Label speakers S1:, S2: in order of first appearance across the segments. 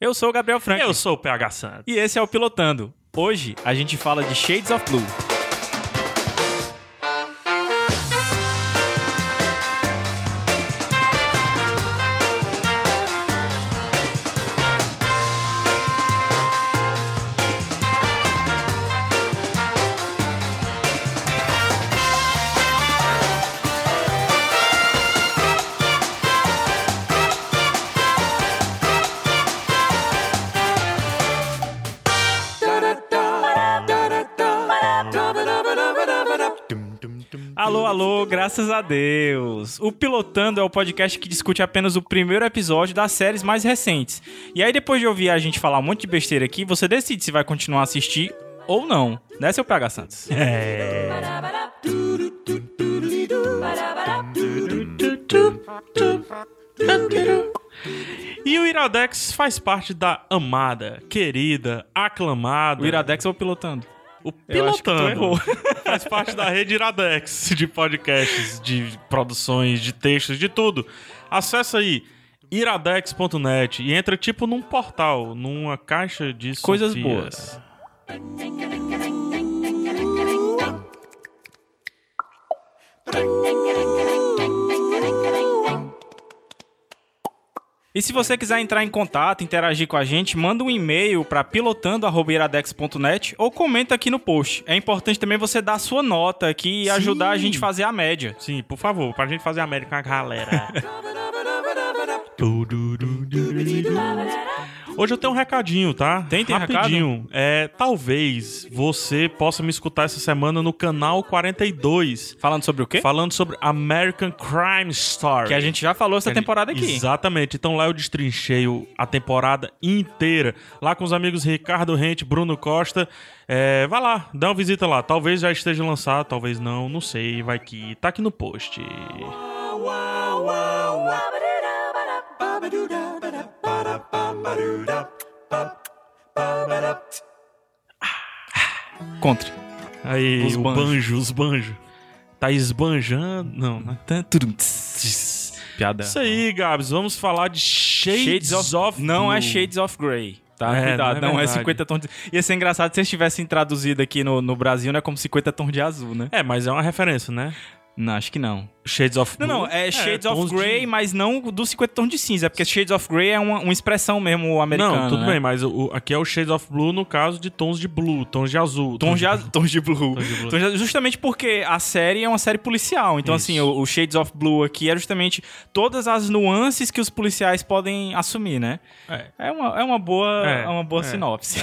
S1: Eu sou o Gabriel Frank.
S2: Eu sou o PH Santos.
S1: E esse é o Pilotando. Hoje a gente fala de Shades of Blue. Alô, alô, graças a Deus. O Pilotando é o podcast que discute apenas o primeiro episódio das séries mais recentes. E aí, depois de ouvir a gente falar um monte de besteira aqui, você decide se vai continuar a assistir ou não. Né, seu PH Santos?
S2: É. E o Iradex faz parte da amada, querida, aclamada.
S1: O Iradex ou o Pilotando?
S2: O
S1: Eu acho que tu
S2: Pilotando
S1: errou.
S2: faz parte da rede Iradex de podcasts, de produções, de textos, de tudo. Acesse aí iradex.net e entra tipo num portal, numa caixa de
S1: Coisas
S2: Sofia.
S1: boas. E se você quiser entrar em contato, interagir com a gente, manda um e-mail para pilotando@iradex.net ou comenta aqui no post. É importante também você dar sua nota aqui e
S2: Sim.
S1: ajudar a gente a fazer a média.
S2: Sim, por favor, pra gente fazer a média com a galera. Hoje eu tenho um recadinho, tá?
S1: Tem- tem
S2: Rapidinho. É, talvez você possa me escutar essa semana no canal 42,
S1: Falando sobre o quê?
S2: falando sobre American Crime Story.
S1: Que a gente já falou essa temporada aqui.
S2: Exatamente. Então lá eu destrinchei o- a temporada inteira. Lá com os amigos Ricardo Rente, Bruno Costa. É, vai lá, dá uma visita lá. Talvez já esteja lançado, talvez não, não sei. Vai que tá aqui no post.
S1: Contra.
S2: Aí,
S1: Os
S2: o
S1: banjos.
S2: banjo, os banjos. Tá esbanjando? Não, né?
S1: Piada.
S2: Isso aí, Gabs. Vamos falar de Shades,
S1: Shades of, Não é Shades of Grey. Tá,
S2: É,
S1: cuidado,
S2: não é
S1: não é,
S2: verdade.
S1: 50 tons de... Ia ser engraçado se eles tivessem traduzido aqui no, no Brasil, né? Como 50 tons de azul, né?
S2: É, mas é uma referência, né?
S1: Não, acho que não.
S2: Shades of
S1: Não, não, é Shades
S2: tons
S1: of
S2: de-
S1: Grey, mas não do 50 tons de cinza. É porque Shades of Grey é uma, uma expressão mesmo americana,
S2: Não, tudo
S1: né?
S2: bem, mas o- o- aqui é o Shades of Blue no caso de tons de blue, tons de azul.
S1: Tons de, azul, tons de blue.
S2: Tons de blue.
S1: Tons de azul, justamente porque a série é uma série policial. Então,
S2: Isso.
S1: assim, o, o Shades of Blue aqui é justamente todas as nuances que os policiais podem assumir, né?
S2: É.
S1: É uma, é uma boa,
S2: É,
S1: é, uma boa
S2: é,
S1: sinopse.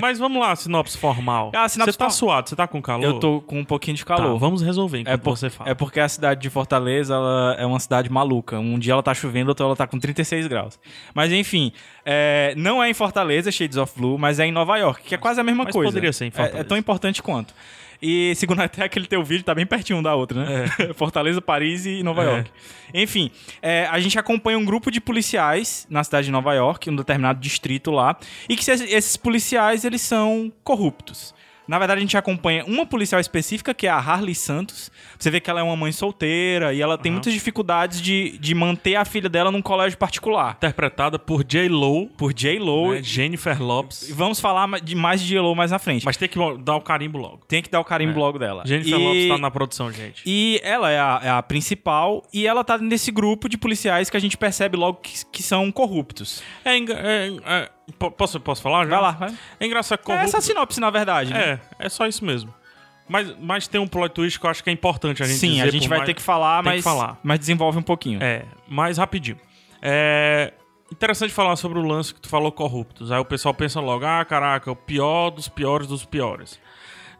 S2: Mas vamos lá, sinopse formal.
S1: Ah, sinopse
S2: você tá
S1: formal.
S2: suado, você tá com calor?
S1: Eu tô com um pouquinho de
S2: Tá,
S1: calor.
S2: vamos resolver enquanto
S1: É, por-
S2: você fala.
S1: é porque a cidade de Fortaleza ela é uma cidade maluca. Um dia ela tá chovendo, outro ela tá com 36 graus. Mas enfim, é, não é em Fortaleza, Shades of Blue, mas é em Nova York, que é quase a mesma
S2: mas
S1: coisa.
S2: poderia ser em
S1: É- É,
S2: Fortaleza.
S1: tão importante quanto. E segundo até aquele teu vídeo, tá bem pertinho um da outra, né? Fortaleza, Paris e Nova
S2: É.
S1: York. Enfim, é, a gente acompanha um grupo de policiais na cidade de Nova York, em um determinado distrito lá, e que esses- esses policiais, eles são corruptos. Na verdade, a gente acompanha uma policial específica, que é a Harley Santos. Você vê que ela é uma mãe solteira e ela tem muitas dificuldades de, de manter a filha dela num colégio particular.
S2: Interpretada por J. Lo,
S1: Por J-Lo.
S2: né, Jennifer
S1: E
S2: Lopes.
S1: Vamos falar ma- de mais de J-Lo mais na frente. Mas
S2: Mas tem que dar o carimbo logo.
S1: tem que dar o carimbo
S2: É.
S1: logo dela.
S2: Jennifer
S1: E-
S2: Lopes tá na produção, gente.
S1: E ela é a, é a principal e ela tá nesse grupo de policiais que a gente percebe logo que, que são corruptos.
S2: É, enga- é- é- po- posso, posso falar já?
S1: Vai lá, vai.
S2: É engraçado
S1: É
S2: corrupto.
S1: essa a sinopse, na verdade, né?
S2: É, é só isso mesmo. Mas, mas tem um plot twist que eu acho que é importante a gente
S1: Sim,
S2: dizer
S1: a gente
S2: por
S1: vai
S2: mais-
S1: ter que falar,
S2: tem que
S1: mas,
S2: falar.
S1: mas desenvolve um pouquinho.
S2: É, mais rapidinho. É interessante falar sobre o lance que tu falou corruptos. Aí o pessoal pensa logo, ah, caraca, o pior dos piores dos piores.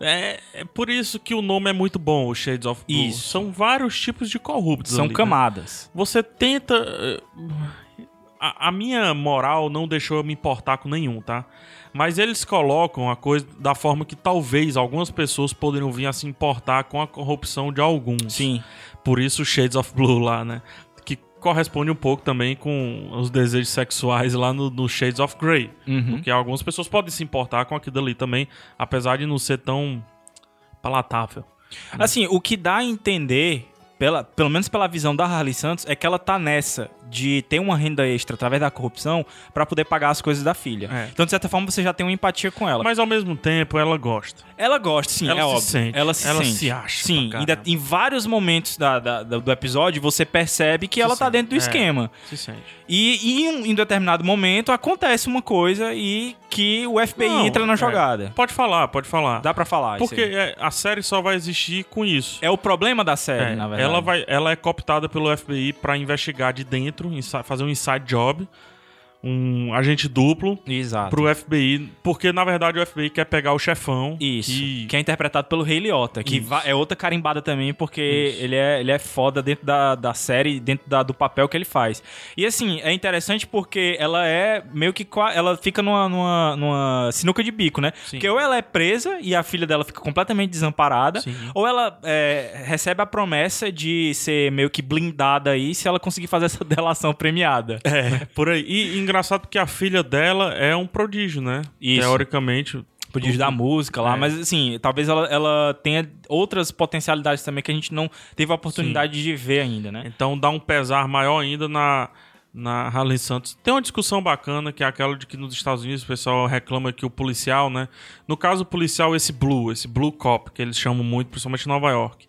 S2: É, é por isso que o nome é muito bom, o Shades of Blue.
S1: Isso.
S2: São vários tipos de corruptos
S1: São
S2: ali, né?
S1: camadas.
S2: Você tenta... eh, A, a minha moral não deixou eu me importar com nenhum, tá? Mas eles colocam a coisa da forma que talvez algumas pessoas poderiam vir a se importar com a corrupção de alguns.
S1: Sim.
S2: Por isso Shades of Blue lá, né? Que corresponde um pouco também com os desejos sexuais lá no, no Shades of Grey.
S1: Uhum.
S2: Porque algumas pessoas podem se importar com aquilo ali também, apesar de não ser tão palatável.
S1: Assim, o que dá a entender pela, pelo menos pela visão da Harley Santos, é que ela tá nessa de ter uma renda extra através da corrupção pra poder pagar as coisas da filha.
S2: É.
S1: Então, de certa forma, você já tem uma empatia com ela.
S2: Mas ao mesmo tempo ela gosta.
S1: Ela gosta, sim,
S2: Ela
S1: é
S2: se
S1: óbvio.
S2: sente.
S1: Ela se
S2: Ela
S1: sente.
S2: se acha
S1: Sim,
S2: pra
S1: ainda-
S2: caramba.
S1: em vários momentos da- da- da- do episódio você percebe que ela tá
S2: sente,
S1: dentro do
S2: é.
S1: esquema.
S2: Se sente.
S1: E, e em, um- em determinado momento acontece uma coisa e que o FBI
S2: Não,
S1: entra na
S2: é.
S1: jogada.
S2: Pode falar, pode falar.
S1: Dá pra falar
S2: Porque
S1: isso aí.
S2: é, a série só vai existir com isso.
S1: É o problema da série,
S2: É,
S1: na verdade.
S2: ela, vai, ela é cooptada pelo FBI pra investigar de dentro, insi- fazer um inside job, um agente duplo
S1: Exato.
S2: pro FBI, porque na verdade o FBI quer pegar o chefão.
S1: Isso.
S2: que-
S1: Que... é interpretado pelo Ray Liotta, que
S2: Isso.
S1: va- é outra carimbada também, porque
S2: Isso.
S1: ele é, ele é foda dentro da, da série, dentro da- do papel que ele faz. E assim, é interessante porque ela é meio que. qua- Ela fica numa, numa, numa sinuca de bico, né?
S2: Sim.
S1: Porque ou ela é presa e a filha dela fica completamente desamparada,
S2: Sim.
S1: ou ela é, recebe a promessa de ser meio que blindada aí se ela conseguir fazer essa delação premiada.
S2: É, por aí. E, e engraçado porque a filha dela é um prodígio, né?
S1: Isso.
S2: Teoricamente.
S1: Podia da música lá,
S2: É.
S1: mas assim, talvez ela, ela tenha outras potencialidades também que a gente não teve a oportunidade de ver ainda, né?
S2: Então dá um pesar maior ainda na, na Harley Santos. Tem uma discussão bacana que é aquela de que nos Estados Unidos o pessoal reclama que o policial, né? No caso, o policial, esse Blue, esse Blue Cop, que eles chamam muito, principalmente em Nova York.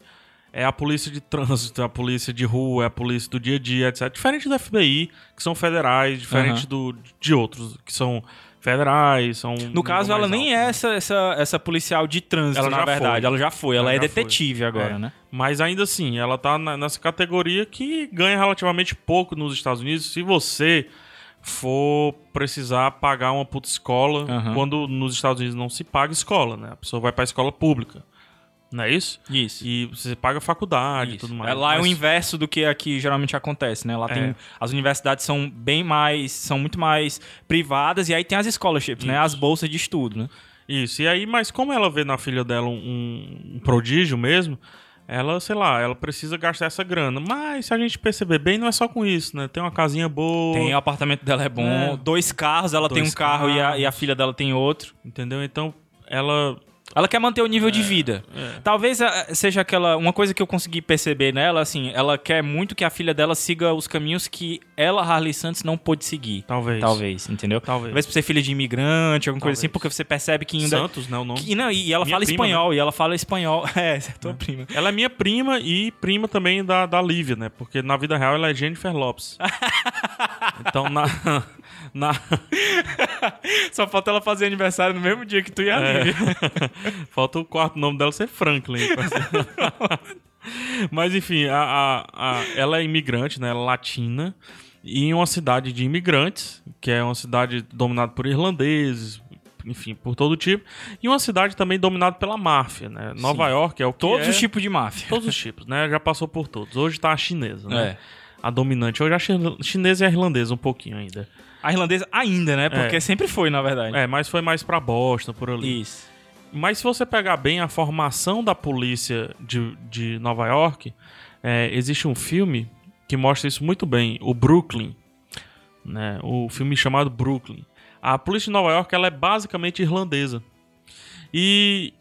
S2: É a polícia de trânsito, é a polícia de rua, é a polícia do dia a dia, etc. Diferente da FBI, que são federais, diferente do, de outros, que são federais, são.
S1: No caso, ela nem é essa, essa, essa policial de trânsito,
S2: né? Ela
S1: na
S2: já
S1: verdade.
S2: foi.
S1: Ela já foi, ela,
S2: Ela
S1: é
S2: já
S1: detetive agora, né?
S2: Mas ainda assim, ela tá na- nessa categoria que ganha relativamente pouco nos Estados Unidos. Se você for precisar pagar uma puta escola,
S1: Aham.
S2: quando nos Estados Unidos não se paga escola, né? A pessoa vai pra escola pública. Não é isso?
S1: Isso.
S2: E você paga faculdade e
S1: Isso.
S2: tudo mais.
S1: É, Lá é o
S2: Mas-
S1: inverso do que aqui geralmente acontece, né? Lá tem. As universidades são bem mais. são muito mais privadas e aí tem as scholarships, né? As bolsas de estudo, né?
S2: Isso, e aí, mas como ela vê na filha dela um, um prodígio mesmo, ela, sei lá, ela precisa gastar essa grana. Mas se a gente perceber bem, não é só com isso, né? Tem uma casinha boa.
S1: Tem o apartamento dela é bom,
S2: É.
S1: dois carros, ela tem
S2: Dois
S1: um carro e a- e a
S2: carros.
S1: filha dela tem outro.
S2: Entendeu? Então, ela
S1: Ela quer manter o nível de vida. Talvez ah, seja aquela. Uma coisa que eu consegui perceber nela, assim, ela quer muito que a filha dela siga os caminhos que ela, Harley Santos, não pôde seguir.
S2: Talvez.
S1: Talvez, entendeu?
S2: Talvez.
S1: Talvez por ser filha de imigrante, alguma coisa assim,
S2: Talvez.
S1: porque você percebe que ainda.
S2: Santos, né? O nome.
S1: que- não, e ela
S2: Minha
S1: fala
S2: prima,
S1: espanhol, e ela fala espanhol. É, você é tua prima.
S2: Ela é minha prima e prima também da, da Lívia, né? Porque na vida real ela é Jennifer Lopes. então, na. na
S1: Só falta ela fazer aniversário no mesmo dia que tu e a
S2: é,
S1: Lívia.
S2: falta o quarto nome dela ser Franklin. Mas enfim, a, a- a- ela é imigrante, né? Ela é latina. E em uma cidade de imigrantes, que é uma cidade dominada por irlandeses, enfim, por todo tipo. E uma cidade também dominada pela máfia, né? Nova York é o que
S1: Todos
S2: é.
S1: os tipos de máfia.
S2: Todos os tipos, né? Já passou por todos. Hoje tá a chinesa, né?
S1: É.
S2: A dominante. Hoje a chin- chinesa e a irlandesa, um pouquinho ainda.
S1: A irlandesa ainda, né? Porque
S2: É.
S1: sempre foi, na verdade.
S2: É, mas foi mais pra Boston, por ali.
S1: Isso.
S2: Mas se você pegar bem a formação da polícia de, de Nova York, é, existe um filme que mostra isso muito bem, o Brooklyn. Né? O filme chamado Brooklyn. A polícia de Nova York ela é basicamente irlandesa. E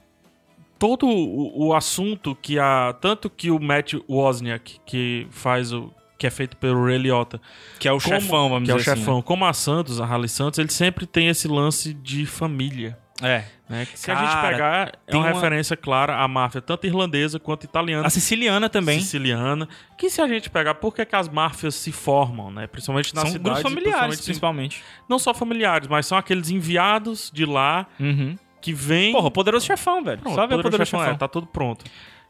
S2: todo o, o assunto que a. Tanto que o Matt Wozniak, que faz o. que é feito pelo Ray Liotta,
S1: Que é o
S2: como-
S1: chefão, vamos
S2: que
S1: dizer
S2: é o
S1: assim,
S2: chefão. Como a Santos, a Harley Santos, ele sempre tem esse lance de família.
S1: né? É.
S2: né? Que se a gente
S1: Cara,
S2: pegar, é
S1: tem
S2: uma, Assim
S1: uma-
S2: referência clara à máfia, tanto irlandesa quanto italiana,
S1: A siciliana também.
S2: siciliana. Que se a gente pegar, por que, que as máfias se formam, né? Principalmente nas
S1: São
S2: cidades.
S1: grupos familiares,
S2: principalmente-
S1: principalmente.
S2: Não só familiares, mas são aqueles enviados de lá
S1: Uhum.
S2: que vêm.
S1: Porra, Poderoso Chefão, velho.
S2: Pronto,
S1: Só ver o
S2: Poderoso Chefão, é,
S1: Chefão.
S2: tá tudo pronto.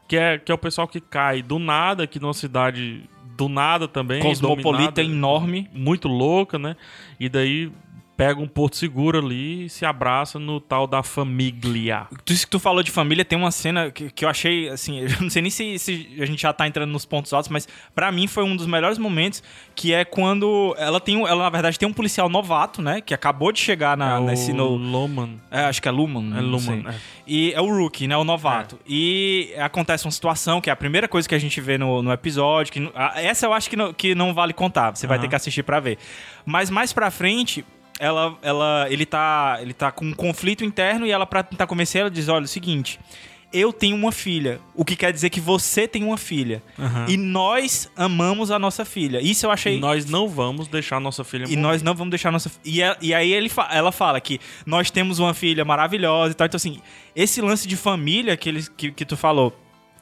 S2: Que é, que é o pessoal que cai do nada aqui numa cidade do nada também.
S1: Cosmopolita
S2: dominada,
S1: enorme.
S2: Muito louca, né? E daí pega um porto seguro ali e se abraça no tal da família.
S1: Tu disse que tu falou de família, tem uma cena que, que eu achei, assim, eu não sei nem se, se a gente já tá entrando nos pontos altos, mas pra mim foi um dos melhores momentos, que é quando ela tem, um- ela na verdade tem um policial novato, né, que acabou de chegar na,
S2: É
S1: nesse
S2: o
S1: no,
S2: Loman.
S1: é, acho que é Luman,
S2: É
S1: não
S2: Luman,
S1: sei.
S2: é.
S1: E é o rookie, né? O novato. E acontece uma situação que é a primeira coisa que a gente vê no, no episódio. Que, n- ah, essa eu acho que não, que não vale contar. Você vai
S2: Aham.
S1: ter que assistir pra ver. Mas mais pra frente. Ela, ela, ele, tá, ele tá com um conflito interno e ela, pra tentar convencer, ela diz: olha, é o seguinte, eu tenho uma filha, o que quer dizer que você tem uma filha.
S2: Aham.
S1: E nós amamos a nossa filha. Isso eu achei
S2: Nós não vamos deixar nossa filha
S1: e nós não vamos deixar nossa. E, a- e aí ele fa- ela fala que nós temos uma filha maravilhosa e tal. Então, assim, esse lance de família que, eles, que, que tu falou.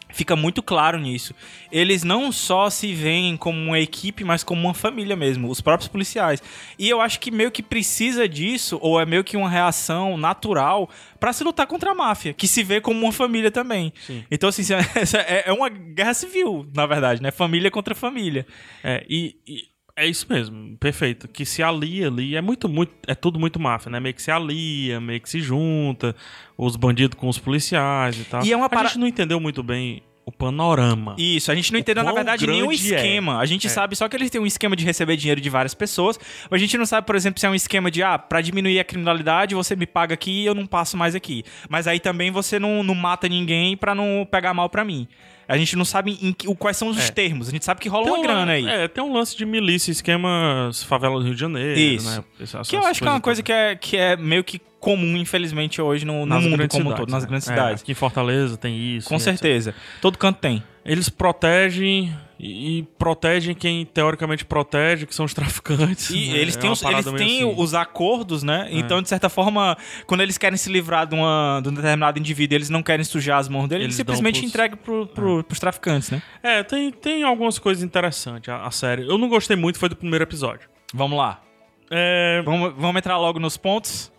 S1: Fica muito claro nisso. Eles não só se veem como uma equipe, mas como uma família mesmo, os próprios policiais. E eu acho que meio que precisa disso, ou é meio que uma reação natural pra se lutar contra a máfia, que se vê como uma família também.
S2: Sim.
S1: Então, assim, essa é é uma guerra civil, na verdade, né? Família contra família.
S2: É, e, e é isso mesmo, perfeito. Que se alia ali, é muito, muito, é tudo muito máfia, né? Meio que se alia, meio que se junta, os bandidos com os policiais e tal.
S1: E é uma
S2: A
S1: para-
S2: gente não entendeu muito bem o panorama.
S1: Isso, a gente não
S2: O
S1: entendeu, na
S2: quão
S1: verdade, nenhum
S2: grande é.
S1: esquema. A gente
S2: É.
S1: sabe só que eles têm um esquema de receber dinheiro de várias pessoas, mas a gente não sabe, por exemplo, se é um esquema de, ah, pra diminuir a criminalidade, você me paga aqui e eu não passo mais aqui. Mas aí também você não, não mata ninguém pra não pegar mal pra mim. A gente não sabe em que- o- quais são os
S2: É.
S1: termos. A gente sabe que rola uma
S2: um
S1: grana
S2: lan-
S1: aí.
S2: É, tem um lance de milícia, esquemas favela do Rio de Janeiro,
S1: Isso.
S2: né? Essas-
S1: Que eu
S2: essas
S1: acho que é uma coisa
S2: todas.
S1: que é, que é meio que comum, infelizmente, hoje no, no
S2: Nas
S1: mundo
S2: grandes
S1: como um
S2: cidades,
S1: todo, nas
S2: né?
S1: grandes
S2: É,
S1: cidades.
S2: Aqui em Fortaleza tem isso. né?
S1: Com
S2: e etc.
S1: certeza. Todo canto tem.
S2: Eles protegem e, e protegem quem teoricamente protege, que são os traficantes.
S1: E
S2: né?
S1: eles
S2: É
S1: têm,
S2: uma
S1: os, eles
S2: parada meio
S1: têm
S2: assim. É.
S1: os acordos, né? Então, de certa forma, quando eles querem se livrar de, uma, de um determinado indivíduo eles não querem sujar as mãos dele, eles,
S2: Eles
S1: simplesmente
S2: dão pros-
S1: entregam pro, pro, pros traficantes, né?
S2: É, tem, tem algumas coisas interessantes a, a série. Eu não gostei muito, foi do primeiro episódio.
S1: Vamos lá.
S2: É,
S1: Vamos, vamos entrar logo nos pontos?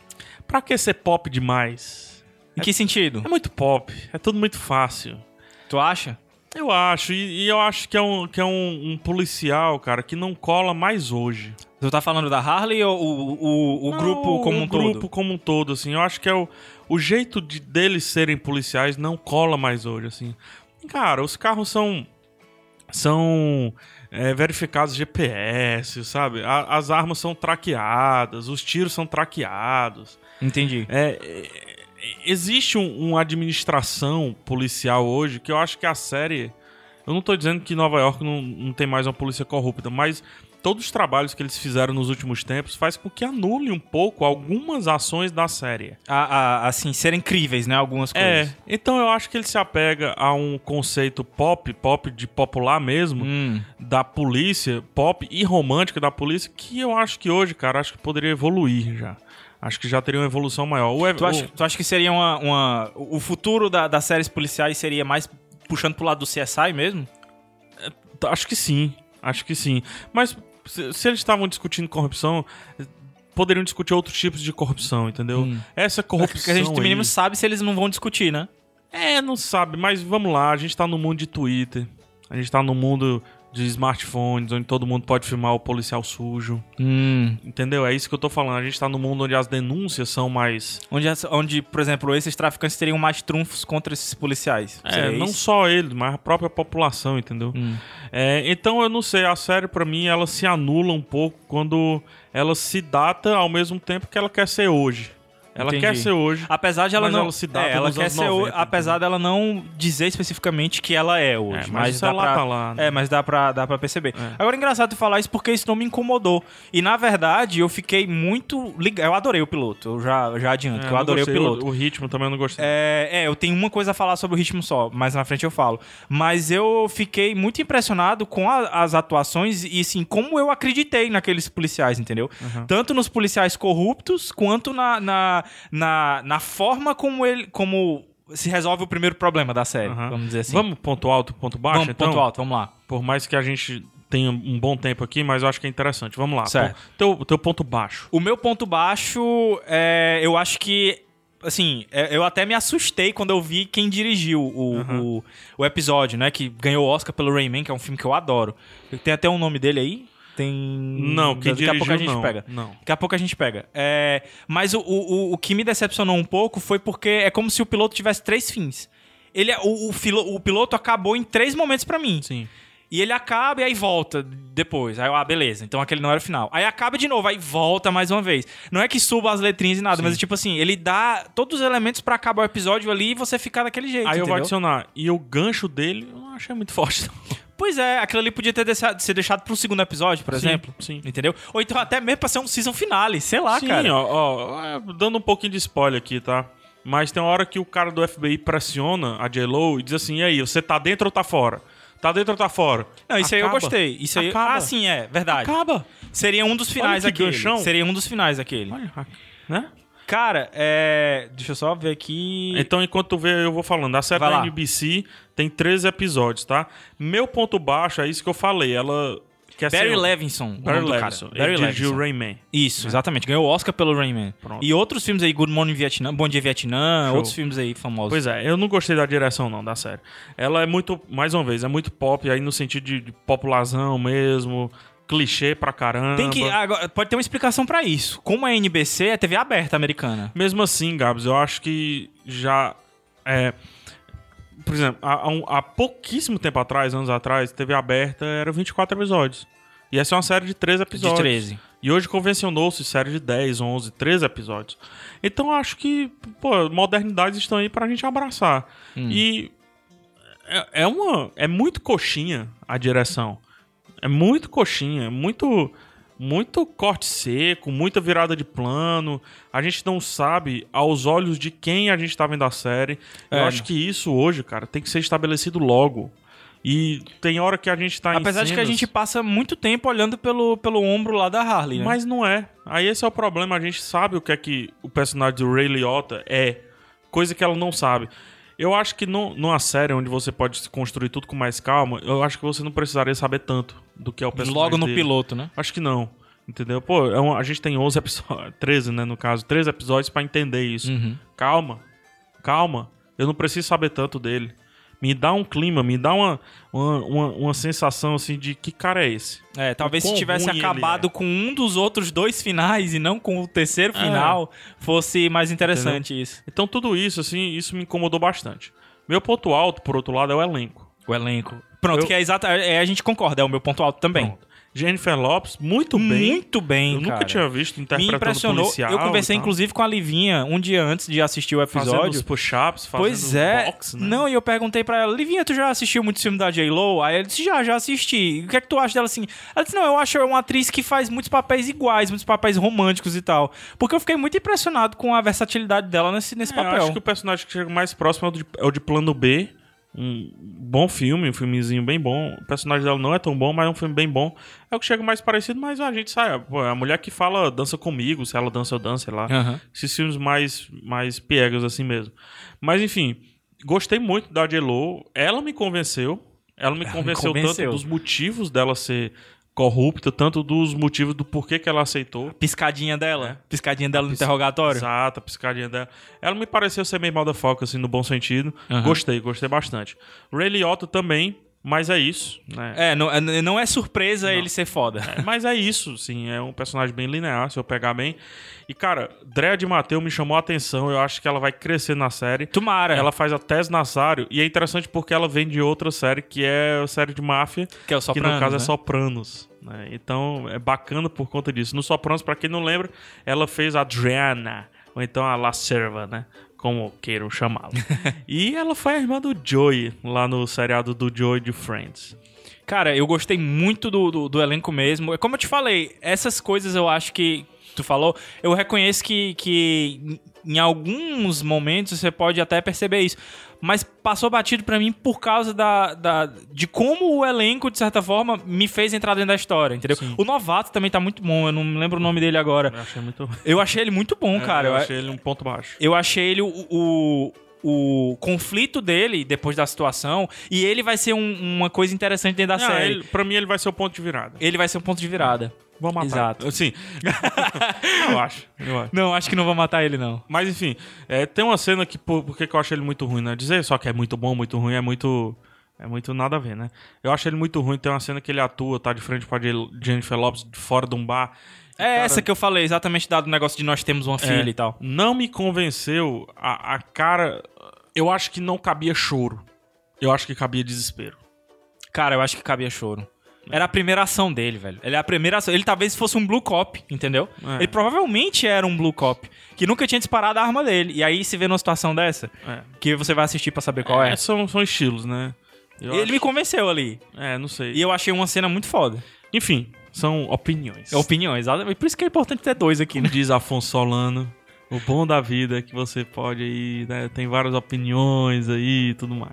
S2: pra que ser pop demais?
S1: Em que sentido?
S2: É muito pop, é tudo muito fácil.
S1: Tu acha?
S2: Eu acho, e, e eu acho que é, um, que é um, um policial, cara, que não cola mais hoje.
S1: Tu tá falando da Harley ou o, o, o
S2: Não,
S1: grupo como um
S2: O grupo
S1: todo?
S2: como um todo, assim. Eu acho que é o, o jeito de deles serem policiais não cola mais hoje, assim. Cara, os carros são são é, verificados GPS, sabe? A- as armas são traqueadas, os tiros são traqueados.
S1: Entendi.
S2: É, é, é, existe um- uma administração policial hoje que eu acho que a série. Eu não tô dizendo que Nova York não, não tem mais uma polícia corrupta, mas todos os trabalhos que eles fizeram nos últimos tempos faz com que anule um pouco algumas ações da série.
S1: A, a- assim, serem incríveis, né? Algumas
S2: É,
S1: coisas.
S2: então eu acho que ele se apega a um conceito pop, pop de popular mesmo,
S1: Hum.
S2: da polícia, pop e romântica da polícia, que eu acho que hoje, cara, acho que poderia evoluir já. Acho que já teria uma evolução maior. O, ev-
S1: Tu, acha,
S2: o-
S1: tu acha que seria uma. uma o futuro da, das séries policiais seria mais puxando pro lado do CSI mesmo?
S2: Tá, Acho que sim, acho que sim. Mas se, se eles estavam discutindo corrupção, eh, poderiam discutir outros tipos de corrupção, entendeu?
S1: Hum.
S2: Essa corrupção.
S1: Porque a gente, no
S2: aí-
S1: mínimo, sabe se eles não vão discutir, né?
S2: É, não sabe, mas vamos lá, a gente tá no mundo de Twitter, a gente tá no mundo de smartphones, onde todo mundo pode filmar o policial sujo, entendeu? É isso que eu tô falando, a gente tá no mundo onde as denúncias são mais.
S1: Onde, as- onde, por exemplo, esses traficantes teriam mais trunfos contra esses policiais.
S2: É,
S1: Seria
S2: não
S1: isso?
S2: só ele, mas a própria população, entendeu?
S1: Hum.
S2: É, então eu não sei, a série pra mim ela se anula um pouco quando ela se data ao mesmo tempo que ela quer ser hoje. Ela
S1: Entendi. Ah,
S2: quer ser hoje.
S1: Apesar de ela
S2: Mas
S1: não.
S2: ela se data
S1: é, ela
S2: nos
S1: quer
S2: anos
S1: ser. o-
S2: 90,
S1: apesar dela não dizer especificamente que ela é hoje.
S2: É, mas
S1: mas
S2: isso
S1: dá
S2: ela
S1: pra,
S2: tá lá, né?
S1: É, mas dá pra, dá pra perceber.
S2: É.
S1: Agora, engraçado tu falar isso porque isso não me incomodou. E na verdade, eu fiquei muito ligado. Eu adorei o piloto. Eu já, eu já adianto,
S2: É,
S1: que eu
S2: não
S1: adorei
S2: gostei,
S1: o piloto.
S2: O, ritmo também eu não gostei.
S1: É, é, eu tenho uma coisa a falar sobre o ritmo só, mas na frente eu falo. Mas eu fiquei muito impressionado com a- as atuações e, assim, como eu acreditei naqueles policiais, entendeu? Tanto nos policiais corruptos, quanto na, na, na, na forma como ele como se resolve o primeiro problema da série,
S2: Aham.
S1: vamos dizer assim.
S2: Vamos ponto alto, ponto baixo,
S1: Vamos,
S2: então?
S1: ponto alto, vamos lá.
S2: Por mais que a gente tenha um bom tempo aqui, mas eu acho que é interessante. Vamos lá.
S1: Certo.
S2: Pô, Teu, teu ponto baixo.
S1: O meu ponto baixo, é, eu acho que. Assim, é, eu até me assustei quando eu vi quem dirigiu o, o, o episódio, né? Que ganhou o Oscar pelo Rayman, que é um filme que eu adoro. Tem até o nome dele aí? Tem.
S2: Não, quem
S1: Hum, Daqui a pouco
S2: dirigiu,
S1: a gente
S2: não.
S1: pega.
S2: Não.
S1: Daqui a pouco a gente pega. É, mas o, o, o- o que me decepcionou um pouco foi porque é como se o piloto tivesse três fins. Ele, é- o, o, filo- o piloto acabou em três momentos pra mim.
S2: Sim.
S1: E ele acaba e aí volta depois. Aí eu, ah, beleza. Então aquele não era o final. Aí acaba de novo, aí volta mais uma vez. Não é que suba as letrinhas e nada, mas é tipo assim, ele dá todos os elementos pra acabar o episódio ali e você ficar daquele jeito.
S2: Aí eu vou
S1: entendeu?
S2: adicionar. E o gancho dele, eu não achei muito forte, não.
S1: Pois é, aquilo ali podia ter deixado, ser deixado pro segundo episódio, por
S2: Sim,
S1: exemplo.
S2: sim.
S1: Entendeu? Ou então até mesmo pra ser um season finale, sei lá,
S2: Sim,
S1: cara.
S2: ó, ó, é, dando um pouquinho de spoiler aqui, tá? Mas tem uma hora que o cara do FBI pressiona a J-Lo e diz assim: e aí, você tá dentro ou tá fora? Tá dentro ou tá fora?
S1: Não, isso aí eu
S2: Acaba.
S1: gostei. Isso aí.
S2: Acaba.
S1: Ah, sim, é, verdade.
S2: Acaba.
S1: Seria um dos finais
S2: Olha que
S1: aquele.
S2: ganchão.
S1: Seria um dos finais aquele.
S2: Olha, né?
S1: Cara, é. Deixa eu só ver aqui.
S2: Então, enquanto tu vê, eu vou falando. A série
S1: Vai
S2: da
S1: lá.
S2: NBC tem 13 episódios, tá? Meu ponto baixo é isso que eu falei. Ela quer
S1: Barry
S2: ser...
S1: Levinson. o
S2: assim, Barry
S1: nome do cara.
S2: Levinson. É
S1: Barry
S2: Ele dirigiu
S1: Levinson.
S2: Rayman.
S1: Isso, exatamente. Ganhou o Oscar pelo Rayman.
S2: Né? Pronto.
S1: E outros filmes aí, Good Morning Vietnã, Bom Dia Vietnã,
S2: Show.
S1: outros filmes aí famosos.
S2: Pois é, eu não gostei da direção não, da série. Ela é muito, mais uma vez, é muito pop, aí no sentido de, de população mesmo, clichê pra caramba.
S1: Tem que. Agora, pode ter uma explicação pra isso. Como a NBC é TV aberta americana.
S2: Mesmo assim, Gabs, eu acho que já. É, por exemplo, há, há um- há pouquíssimo tempo atrás, anos atrás, TV aberta era 24 episódios. E essa é uma série de 13
S1: De
S2: episódios.
S1: 13.
S2: E hoje convencionou-se série de 10, 11, 13 episódios. Então eu acho que, pô, modernidades estão aí pra gente abraçar.
S1: Hum.
S2: E é, é uma é muito coxinha a direção. É muito coxinha, muito muito corte seco, muita virada de plano. A gente não sabe aos olhos de quem a gente tá vendo a série.
S1: É,
S2: eu acho
S1: não.
S2: que isso hoje, cara, tem que ser estabelecido logo. E tem hora que a gente tá em
S1: Apesar de que a
S2: cenas-
S1: gente passa muito tempo olhando pelo, pelo ombro lá da Harley, né?
S2: mas não é. Aí esse é o problema. A gente sabe o que é que o personagem do Ray Liotta é. Coisa que ela não sabe. Eu acho que num- numa série onde você pode se construir tudo com mais calma, eu acho que você não precisaria saber tanto do que é o personagem
S1: Logo no
S2: dele.
S1: piloto, né?
S2: Acho que não. Entendeu? Pô, é um- a gente tem 11 episódios, 13, né, no caso, 13 episódios pra entender
S1: Hum.
S2: isso.
S1: Uhum.
S2: Calma. Calma. Eu não preciso saber tanto dele. Me dá um clima, me dá uma, uma, uma, uma sensação assim de que cara é esse?
S1: É, talvez
S2: quão
S1: se tivesse
S2: ruim ele
S1: acabado com um dos outros dois finais e não com o terceiro
S2: É.
S1: final, fosse mais interessante isso.
S2: Então tudo isso, assim, isso me incomodou bastante. Meu ponto alto, por outro lado, é o elenco.
S1: O elenco. Pronto,
S2: Eu-
S1: que é exata. É, a gente concorda, é o meu ponto alto também.
S2: Pronto. Jennifer Lopes, muito bem.
S1: Muito bem,
S2: eu nunca
S1: cara.
S2: tinha visto
S1: Me
S2: interpretando
S1: impressionou.
S2: policial.
S1: Eu conversei,
S2: e tal,
S1: inclusive, com a Livinha um dia antes de assistir o
S2: Fazendo
S1: episódio.
S2: os push-ups, fazendo
S1: Pois é.
S2: boxe, né?
S1: Não, e eu perguntei pra ela, Livinha, tu já assistiu muito filme da J-Lo? Aí ela disse, já, já assisti. E o que é que tu acha dela assim? Ela disse, não, eu acho ela uma atriz que faz muitos papéis iguais, muitos papéis românticos e tal. Porque eu fiquei muito impressionado com a versatilidade dela nesse, nesse
S2: É, Eu
S1: papel.
S2: acho que o personagem que chega mais próximo é o de, é o de Plano B. Um bom filme, um filmezinho bem bom. O personagem dela não é tão bom, mas é um filme bem bom. É o que chega mais parecido, mas a gente sabe. pô, é a mulher que fala dança comigo, se ela dança, eu danço, sei lá.
S1: Aham.
S2: Esses filmes mais, mais piegas assim mesmo. Mas enfim, gostei muito da J.Lo. Ela me convenceu. Ela me convenceu,
S1: convenceu.
S2: tanto dos motivos dela ser corrupta, tanto dos motivos do porquê que ela aceitou.
S1: Piscadinha dela. Piscadinha dela no interrogatório.
S2: Exato, a É. piscadinha dela. Ela me pareceu ser meio motherfucker, assim, no bom sentido.
S1: Aham.
S2: Gostei, gostei bastante. Ray Liotta também, mas é isso, né?
S1: É, não é, não é surpresa ele ser foda.
S2: Mas é isso, sim. É um personagem bem linear, se eu pegar bem. E, cara, Drea de Mateu me chamou a atenção. Eu acho que ela vai crescer na série.
S1: Tomara.
S2: Ela faz a Tese Nazário e é interessante porque ela vem de outra série que é a série de máfia,
S1: que é o
S2: que
S1: Sopranos,
S2: no caso é
S1: né?
S2: Sopranos. né? Então é bacana por conta disso. No Sopranos, pra quem não lembra, ela fez a Adriana, ou então a La Serva, né? Como queiram chamá-la. e ela foi a irmã do Joey, lá no seriado do Joey de Friends.
S1: Cara, eu gostei muito do, do, do elenco mesmo. É Como eu te falei, essas coisas eu acho que tu falou, eu reconheço que, que em alguns momentos você pode até perceber isso. Mas passou batido pra mim por causa da, da, de como o elenco, de certa forma, me fez entrar dentro da história, entendeu? O novato também tá muito bom, eu não me lembro o nome dele agora.
S2: Eu achei muito.
S1: Eu achei ele muito bom, cara.
S2: eu achei ele um ponto baixo.
S1: Eu achei ele o, o, o conflito dele depois da situação. E ele vai ser um- uma coisa interessante dentro da
S2: Ah,
S1: série.
S2: ele- pra mim, ele vai ser o ponto de virada.
S1: Ele vai ser um ponto de virada.
S2: Vou matar.
S1: Exato.
S2: Sim. eu acho. Eu acho.
S1: Não, acho que não vou matar ele, não.
S2: Mas enfim, é, tem uma cena que por, porque que eu acho ele muito ruim, né? Dizer só que é muito bom, muito ruim, é muito. É muito nada a ver, né? Eu acho ele muito ruim. Tem uma cena que ele atua, tá de frente pra Jen- Jennifer Lopes, de fora de um bar.
S1: É essa que eu falei, exatamente dado o negócio de nós temos uma filha e tal.
S2: Não me convenceu a, a cara. Eu acho que não cabia choro. Eu acho que cabia desespero.
S1: Cara, eu acho que cabia choro. Era a primeira ação dele, velho. Ele é a primeira ação. Ele talvez fosse um Blue Cop, entendeu?
S2: É.
S1: Ele provavelmente era um Blue Cop, que nunca tinha disparado a arma dele. E aí se vê numa situação dessa,
S2: É.
S1: que você vai assistir pra saber qual é.
S2: É, são, são estilos, né? Eu
S1: ele
S2: acho-
S1: me convenceu ali.
S2: É, não sei.
S1: E eu achei uma cena muito foda.
S2: Enfim, são opiniões.
S1: É opinião, exatamente. Por isso que é importante ter dois aqui, né?
S2: Diz Afonso Solano. O bom da vida é que você pode aí, né? Tem várias opiniões aí e tudo mais.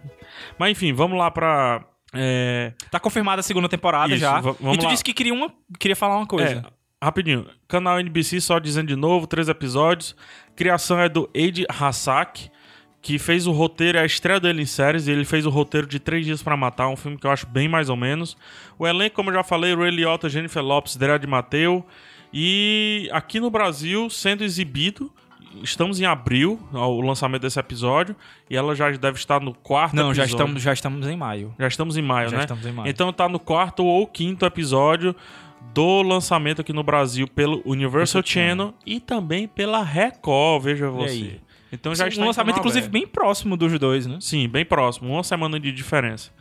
S2: Mas enfim, vamos lá pra. é,
S1: Tá confirmada a segunda temporada
S2: Isso,
S1: já.
S2: va- vamos
S1: e tu
S2: lá.
S1: disse que queria, uma, queria falar uma
S2: é,
S1: coisa.
S2: rapidinho. Canal NBC, só dizendo de novo, três episódios. Criação é do Eide Hassak, que fez o roteiro, é a estreia dele em séries, e ele fez o roteiro de Três Dias pra Matar, um filme que eu acho bem mais ou menos. O elenco, como eu já falei, Ray Liotta, Jennifer Lopes, Dera de Mateu. E aqui no Brasil, sendo exibido, estamos em abril, o lançamento desse episódio, e ela já deve estar no quarto
S1: Não,
S2: episódio.
S1: já estamos, já estamos em maio.
S2: Já estamos em maio,
S1: Já
S2: né?
S1: estamos em maio.
S2: Então tá no quarto ou quinto episódio do lançamento aqui no Brasil pelo Universal Channel, e também pela Record, veja você.
S1: aí?
S2: Então já está
S1: um
S2: em
S1: lançamento,
S2: canal
S1: inclusive,
S2: aberto.
S1: bem próximo dos dois, né?
S2: Sim, bem próximo, uma semana de diferença.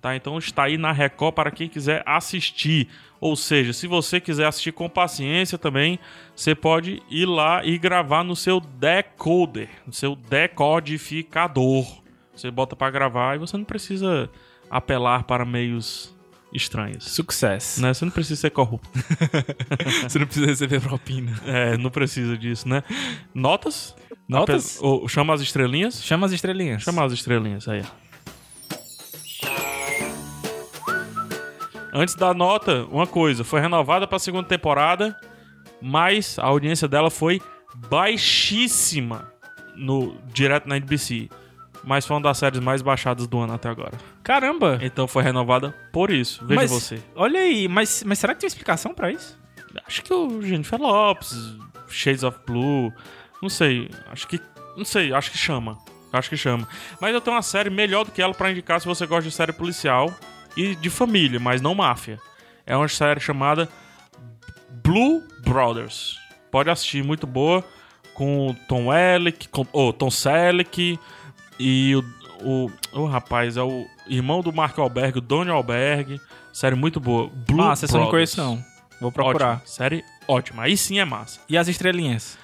S2: Tá, então está aí na Record para quem quiser assistir. Ou seja, se você quiser assistir com paciência também, você pode ir lá e gravar no seu decoder, no seu decodificador. Você bota para gravar e você não precisa apelar para meios estranhos.
S1: Sucesso.
S2: Né? Você não precisa ser corrupto.
S1: Você não precisa receber propina.
S2: É, não precisa disso, né? Notas?
S1: Notas?
S2: Ape- ou chama as estrelinhas?
S1: Chama as estrelinhas.
S2: Chama as estrelinhas aí. ó. Antes da nota, uma coisa, foi renovada para a segunda temporada, mas a audiência dela foi baixíssima no direto na NBC, mas foi uma das séries mais baixadas do ano até agora.
S1: Caramba!
S2: Então foi renovada por isso. Veja
S1: mas,
S2: você.
S1: Olha aí, mas, mas será que tem explicação pra isso?
S2: Acho que o Jennifer Lopes, Shades of Blue, não sei, acho que não sei, acho que chama. Acho que chama. Mas eu tenho uma série melhor do que ela pra indicar se você gosta de série policial e de família, mas não máfia. É uma série chamada Blue Brothers. Pode assistir, muito boa, com o Tom Selleck, com oh, Tom Selleck e o, o, o rapaz é o irmão do Marco Alberg, o Donnie Alberg. Série muito boa. Blue
S1: ah, essa eu não
S2: Brothers.
S1: conheço, não. Vou procurar.
S2: Ótimo. Série ótima. Aí sim é massa.
S1: E as estrelinhas?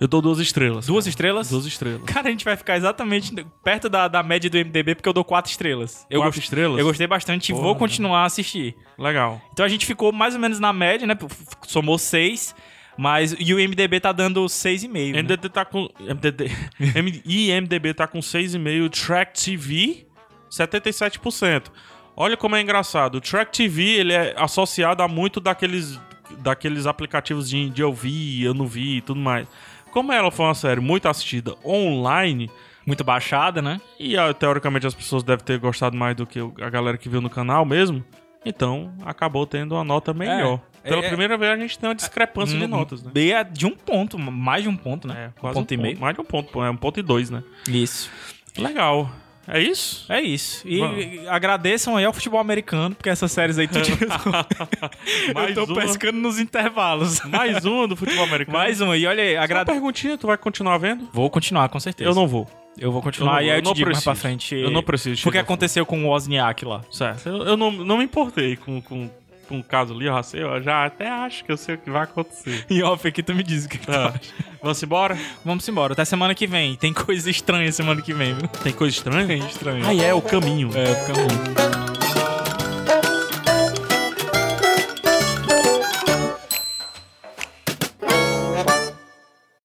S2: Eu dou duas estrelas.
S1: Duas estrelas?
S2: Duas estrelas.
S1: Cara, a gente vai ficar exatamente perto da, da média do MDB, porque eu dou quatro estrelas. Eu
S2: Quatro
S1: gost-
S2: estrelas?
S1: Eu gostei bastante e
S2: Porra,
S1: vou
S2: né?
S1: continuar a assistir.
S2: Legal.
S1: Então a gente ficou mais ou menos na média, né? F- Somou seis, mas... E o MDB tá dando seis e meio, né?
S2: MDT tá com. MDD. M- IMDB tá com 6,5. Track TV, 77%. Olha como é engraçado. O Track TV ele é associado a muito daqueles, daqueles aplicativos de, de eu vi, eu não vi e tudo mais. Como ela foi uma série muito assistida online,
S1: Muito baixada, né?
S2: E ah, teoricamente as pessoas devem ter gostado mais do que o- a galera que viu no canal mesmo. Então acabou tendo uma nota melhor.
S1: É,
S2: Pela
S1: é,
S2: primeira vez a gente tem uma discrepância de
S1: Hum,
S2: notas, né?
S1: bem, é De um ponto, mais de um ponto, né? um ponto e meio.
S2: Mais de um ponto, pô, é um ponto e dois, né?
S1: Isso.
S2: Legal. É isso?
S1: É isso. E
S2: Vamos.
S1: agradeçam aí ao futebol americano, porque essas séries aí tudo...
S2: Mais
S1: eu tô
S2: uma.
S1: pescando nos intervalos.
S2: Mais uma do futebol americano.
S1: Mais um. E olha aí,
S2: uma
S1: agrade...
S2: perguntinha, tu vai continuar vendo?
S1: Vou continuar, com certeza.
S2: Eu não vou.
S1: Eu vou
S2: Eu
S1: continuar
S2: não-
S1: e aí
S2: eu
S1: eu te
S2: não
S1: digo mais
S2: preciso.
S1: pra frente.
S2: Eu não preciso,
S1: Porque
S2: Chico.
S1: aconteceu com o Wozniak lá.
S2: Certo. Eu, eu não, não me importei com, com, com o caso ali, eu já sei, eu já até acho que eu sei o que vai acontecer.
S1: E off aqui tu me diz o que, que tu
S2: Tá.
S1: acha.
S2: Vamos embora?
S1: Vamos embora, até semana que vem. Tem coisa estranha semana que vem, viu?
S2: Tem coisa estranha?
S1: Tem estranha.
S2: Ah, é, o caminho.
S1: É, fica ruim.